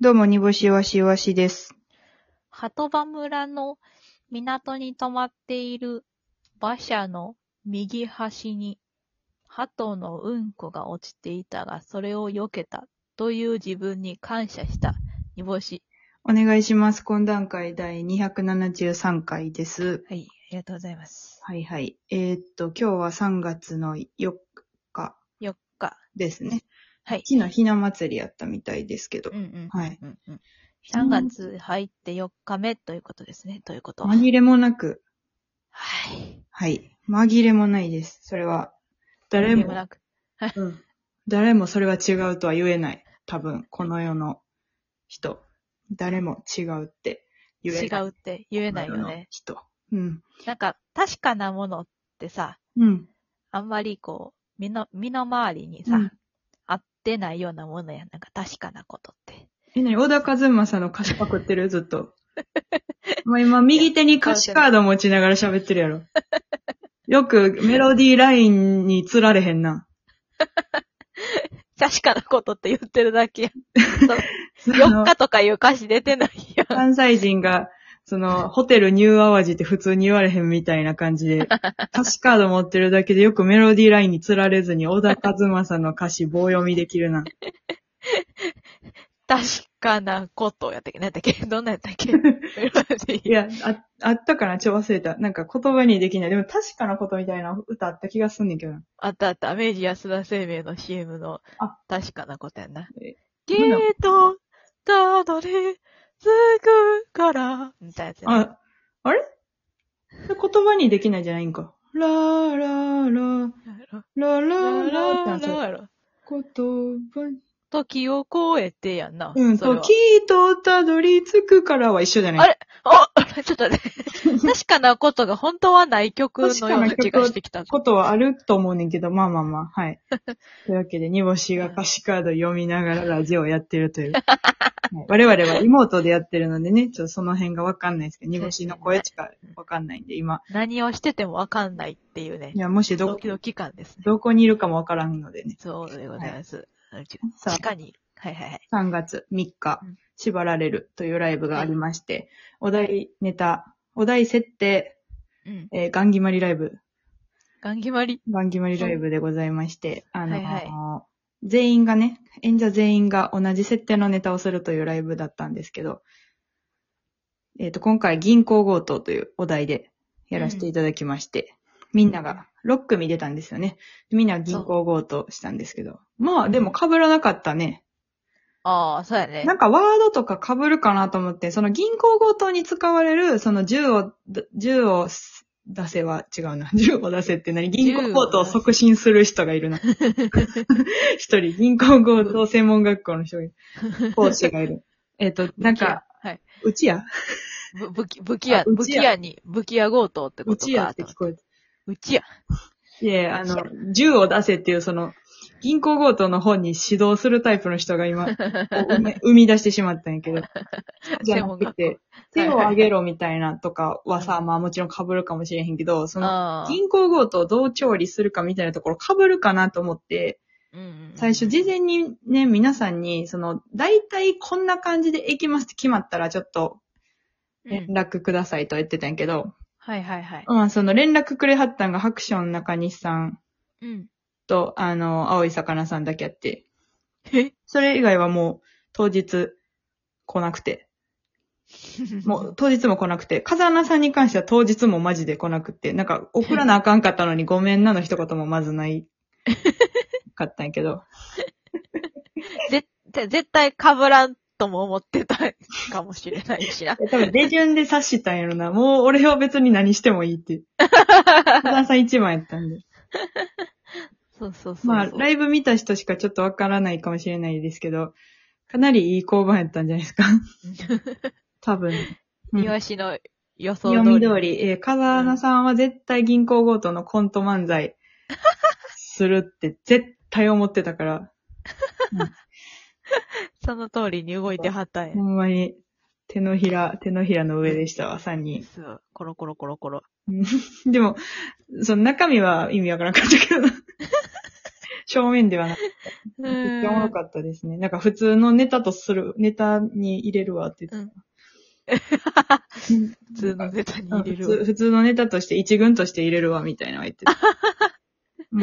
どうも、煮干しわしわしです。鳩場村の港に泊まっている馬車の右端に鳩のうんこが落ちていたが、それを避けたという自分に感謝した煮干し。お願いします。懇談会第273回です。はい、ありがとうございます。はいはい。えーっと、今日は3月の4日4日。ですね。はい。昨日ひな祭りやったみたいですけどうん。うん。はい。うんうん、3月入って4日目ということですね。ということは。紛れもなく、はい。はい。紛れもないです。それは、誰でも、なく。うん誰もそれは違うとは言えない。多分、この世の人。誰も違うって言違えない。うって言えないよこの世のね。人。うん。なんか、確かなものってさ、うん。あんまりこう、身の、身の回りにさ、うん合ってないようなものやん。なんか確かなことって。え、なに、小田和正の歌詞パクってるずっと。もう今、右手に歌詞カード持ちながら喋ってるやろ。よくメロディーラインに釣られへんな。確かなことって言ってるだけやん。そ4の日とかいう歌詞出てないやん。関西人が、その、ホテルニューアワジって普通に言われへんみたいな感じで、歌詞カード持ってるだけでよくメロディーラインに釣られずに、小田和正の歌詞棒読みできるな。 確かなことやったっけ何やったっけ どんなんやった っけいや、あ、あったかなちょ、忘れた。なんか言葉にできない。でも確かなことみたいな歌あった気がすんねんけどな。あったあった。明治安田生命の CM のあ確かなことやんなえ。ゲート、たどり、着くから、みたいなやつやな。あ、あれ言葉にできないじゃないんか。ラーラーラーラーララーラーラってなっちゃうララ言葉に。時を超えてやんな。うん、それは時とたどり着くからは一緒じゃないあれお、ちょっとね、確かなことが本当はない曲のような気がしてきた。ことはあると思うねんけど、まあまあまあ、はい。 というわけで、煮干しが歌詞カード読みながらラジオをやってる という。はい我々は妹でやってるのでね、ちょっとその辺がわかんないですけど、煮干しの声しかわかんないんで、今。何をしててもわかんないっていうねい。や、もしドど、キドキ感ですね。どこにいるかもわからんのでね。そうでございます。はい、さあ地下に。はいはいはい。 3月3日うん、縛られるというライブがありまして、お題ネタ、お題設定、うん。えーガンギマリライブ、ガンギマリ。ガンギマリライブでございまして、あのーはい全員がね、演者全員が同じ設定のネタをするというライブだったんですけど、えっ、と、今回銀行強盗というお題でやらせていただきまして、みんなが6組出たんですよね。みんな銀行強盗したんですけど、まあでも被らなかったね。ああ、そうやねな。んかワードとか被るかなと思って、その銀行強盗に使われる、その銃を、銃を出せは違うな。 銃を出せって何銀行強盗を促進する人が いるな。一人、銀行強盗専門学校の人がい る。講師がいる。えっと、なん か、はい。うちやぶ武器、武器屋あ、武うち器や屋に、武器屋強盗ってこうとちやかって。聞こえた。うちや。いやいやあの、銃を出せっていう、その、銀行強盗の本に指導するタイプの人が今、こう埋め生み出してしまったんや けど。じゃなくて、手専門学校を上げろみたいなとかはさ、まあもちろん被るかもしれへんけど、その、ああ。銀行強盗をどう調理するかみたいなところ被るかなと思って、うんうん最初事前にね、皆さんに、その、大体こんな感じで行きますって決まったら、ちょっとうん連絡くださいと言ってたんやけど、はいはいはい。まあその連絡くれはったんがハクション中西さんうん。と、あの、青い魚さんだけやって、えそれ以外はもう当日来なく て、もう当日も来なくて、風穴さんに関しては当日もマジで来なくて、なんか送らなあかんかったのにごめんなの一言もまずない。かったんやけ ど。絶対、絶対被らんとも思ってたかもしれないしな。多分、出順で察したんやろな。もう俺は別に何してもいい って。風穴さん一番やったんで。そうそうそうそう。まあ、ライブ見た人しかちょっとわからないかもしれないですけど、かなりいい交番やったんじゃないです か。多分。うんイワシの予想読通みり。通り、えー、風穴さんは絶対銀行強盗のコント漫 才するって絶対思ってたから、その通りに動いてはったんやほ。んまに手のひら、手のひらの上でした わ、3人。そう。コロコロコロコロ。 でも、その中身は意味わからなかったけどな。正面ではなくて、うめっんちゃおもろかったですね。なんか普通のネタとする、ネタに入れるわって言ってた。普普通のネタに 入れ普通るわ。普通のネタとして、一軍として入れるわみたいなのは言 ってた。う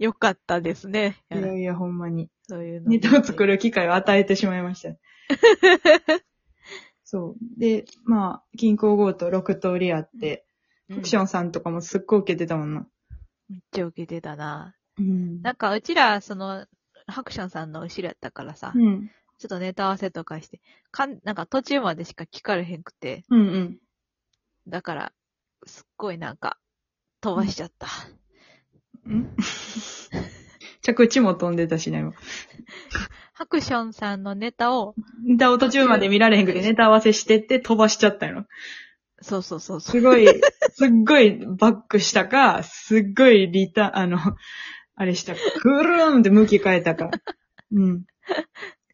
よかったですね。ん、いやいや、ほんまに。そういうの。ネタを作る機会を与えてしまいま した。そう。で、まあ、銀行強盗6通りあって、うフん。ィクションさんとかもすっごい受けてたもんな。めっちゃ受けてたな。うんなんか、うちら、その、ハクションさんの後ろやったからさ、うん。ちょっとネタ合わせとかして、かん、なんか途中までしか聞かれへんくて、うんうん。だから、すっごいなんか、飛ばしちゃった。ん 着地も飛んでたしね、今ハクションさんのネタを、ネタを途中まで見られへんくてネタ合わせしてって飛ばしちゃったの。そうそうそうそすう。ご い、すっごいバックしたか、すっごいリタ、あの、あれしたか、くるーんって向き変えたか。うん。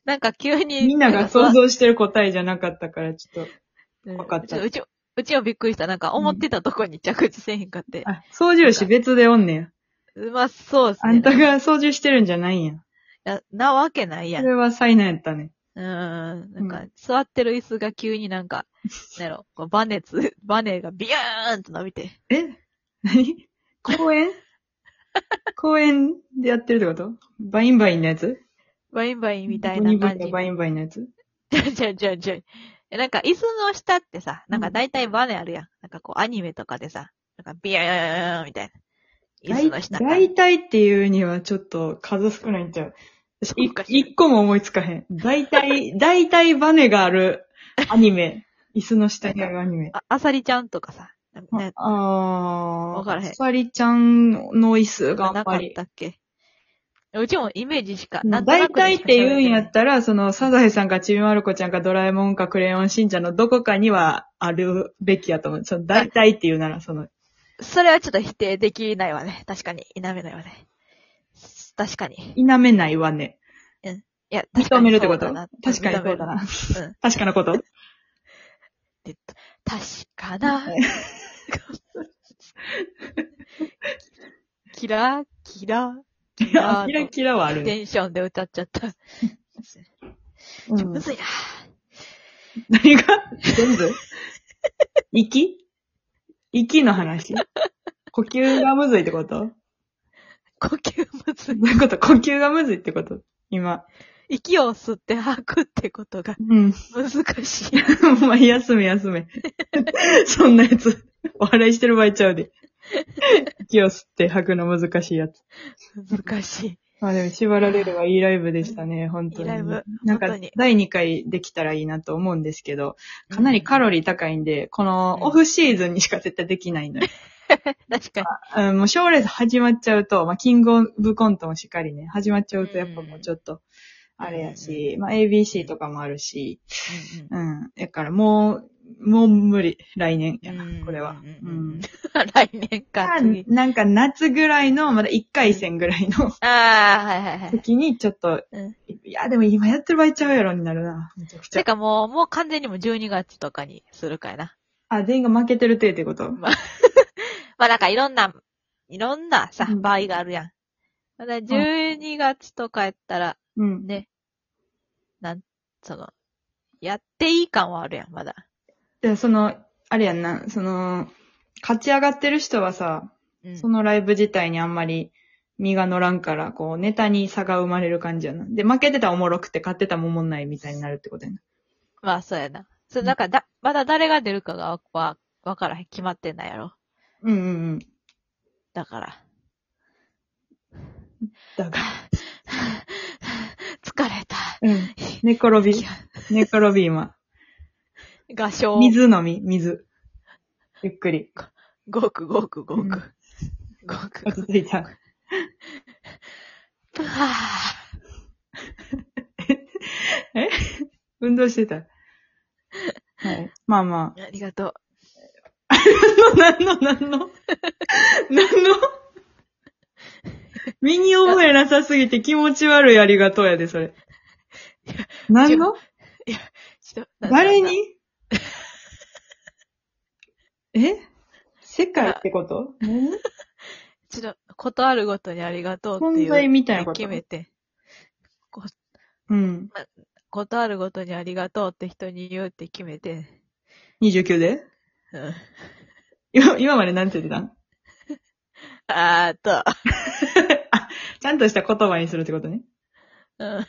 なんか急に。みんながそ想う像してる答えじゃなかったから、ちょっ分かったうんうち、うちはびっくりした。なんか思ってたとこに着地せえへんかってと。。あ、操縦士別でおんねん。まあ、そうですね。あんたが操縦してるんじゃないんや。ななわけないやそん。うれは災難やったね。ん。なんうか、座ってる椅子が急になんか、なんやろ、こうバネつ、 バネがビューンと伸びて。え何公 園公園でやってるってことバインバインのやつバインバインみたいボなニーボニ感ーのじ。バインバインのやつじゃじゃじゃじゃ。えなんか椅子の下ってさ、なんか大体バネあるやん。なんかこうアニメとかでさ、なんかビューンみたいな。椅子の下から。大体っていうにはちょっと数少ないんちゃう。私そうかしらい一個も思いつかへん。大体、大体バネがあるアニメ。椅子の下にあるアニメ。あ、あさりちゃんとかさ。ななあー。わからへんあさりちゃんの椅子があなんかまっり。たっけうちもイメージしか、なんとな大くで体っしかて言うんや喋ったら、その、サザエさんかちびまる子ちゃんかドラえもんかクレヨンしんちゃんのどこかにはあるべきやと思う。その、大体って言うなら、その、れてないそれはちょっと否定できないわね。確かに。否めないわね。確かに。い否めないわね。や、確か認にめるってことそうだな確かにそうだ。な。認めるうん。確かなことで確かなは。 キラー、キラいやキラキラはあー、るテね。ンションで歌っちゃった。うんむずいな。何が全部息息の話呼吸がむずいってこと呼吸むずどい。ういうこと呼吸がむずいってこと今。息を吸って吐くってことがうん。難しい。 お前休め休め。 そんなやつ。お笑いしてる場合ちゃう で。息を吸って吐くの難しいやつ。難しい。まあでも、縛られるはいいライブでしたね、本当に。いいライブなんか本当に、第2回できたらいいなと思うんですけど、かなりカロリー高いんで、このオフシーズンにしか絶対できないのよ。確かに。うん、もう賞レース始まっちゃうと、まあ、キングオブコントもしっかりね、始まっちゃうとやっぱもうちょっと、あれやし、まあ、ABC とかもあるし、うん。だからもう、もう無理。来年やな、これは。ううんん。 来年か、次。なんか夏ぐらいの、まだ1回戦ぐらいの ああ、はいはいはい。時にちょっと、うんいや、でも今やってる場合ちゃうやろになるな。めちゃくちてゃ。かもう、もう完全にもう12月とかにするかやな。あ、全員が負けてる体ってことまあなんかいろんな、いろんなさう、ん場合があるやん。まだ12月とかやったら、うん。ね、なん、その、やっていい感はあるやん、まだ。で、その、あれやんな、その、勝ち上がってる人はさ、うん。そのライブ自体にあんまり身が乗らんから、こう、ネタに差が生まれる感じやな。で、負けてたらおもろくて、勝ってたらおもんないみたいになるってことやな。まあそうやな。そう、なんかだ、まだ誰が出るかがわ、わわからへん、決まってないやろ。うんうんうん。だから、だから。疲れた。うん。寝転びいや。寝転び今。合唱。水飲み、水。ゆっくり。ごくごくごく。うんごくご落くち。着いた。 ぷはー運動してた。はい。まあまありがとう。あ。 何の、何の、何の身に覚えなさすぎて気持ち悪いありがとうやで、それ。何のちょっと誰にえ世界ってことちょっと、ことあるごとにありがとうって存いう。在みたいなこと決めて。こうん。ことあるごとにありがとうって人に言うって決めて。 29でうん。今今まで何て言ってたんあーっと。ちゃんとした言葉にするってことね。うん。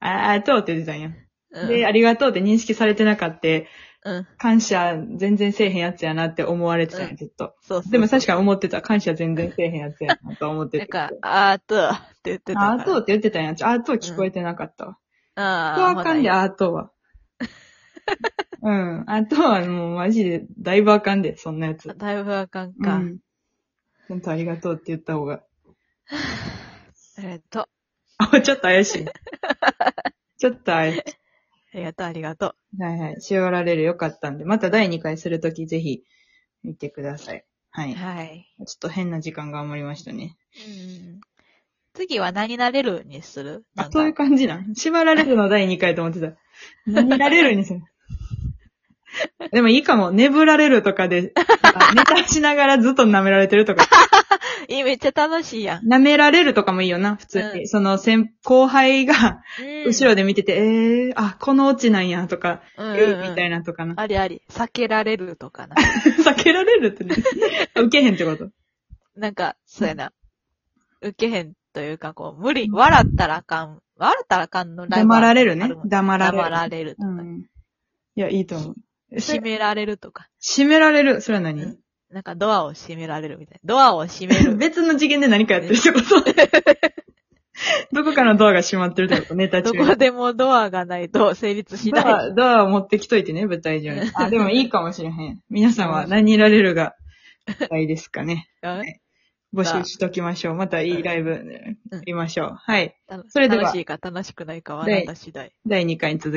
ああ、とうって言ってたんや。うんで、ありがとうって認識されてなかった。うん。感謝全然せえへんやつやなって思われてたんや、ずっと。そうそう。でも確かに思ってた。感謝全然せえへんやつや なと思ってなたん。か、あーっとって言ってたから。あーとうって言ってたんや。ちょあーとう聞こえてなかったわ。あとーあかんで、あーとうは。うん。あとはもうマジで、だいぶあかんで、そんなやつ。だいぶあかんうか。ん。ほんとありがとうって言った方が。 えっと、ああ、ちょっと怪 しい。ちょっと怪しい。りがとう、ありがとはいはい。しおられるよかったんで、また第2回するときぜひ見てください。はう。い。ちょはい。っと変な時間が余りましたね。うん、次は何なれるにするなあ、んかそういう感じなん縛られるの第2回と思ってた。何られるにする。 でもいいかも。眠られるとかで、あネタしながらずっと舐められてると か。え、めっちゃ楽しいやん。舐められるとかもいいよな、普通に。うんその先、後輩が、後ろ、ろで見てて、えー、あ、このオチなんや、とか、うん言うんううんみたいなとかな。 ありあり。避けられる とかな。避けられる ってね。受けへんってこと。なんか、そうやな。受けへんというか、こう、無理。笑ったらあかん。笑ったらあかんのライブ黙あられるるもん。ね。黙られる。黙られるとうか。ん。いや、いいと思う。閉められるとか。閉められるそれは何、うんなんかドアを閉められるみたいな。ドアを閉め る。別の次元で何かやってるってこと どこかのドアが閉まってるってことネタ中どこでもドアがないと成立しドない。ア、ドアを持ってきといてね、舞台上に。あ、でもいいかもしれへん。皆さんは何られるが、いいですかね。うん募集しときましょう。またいいライブ、やりましょう。はい。それでは楽しいか楽しくないかはあなた次第。第2回に続き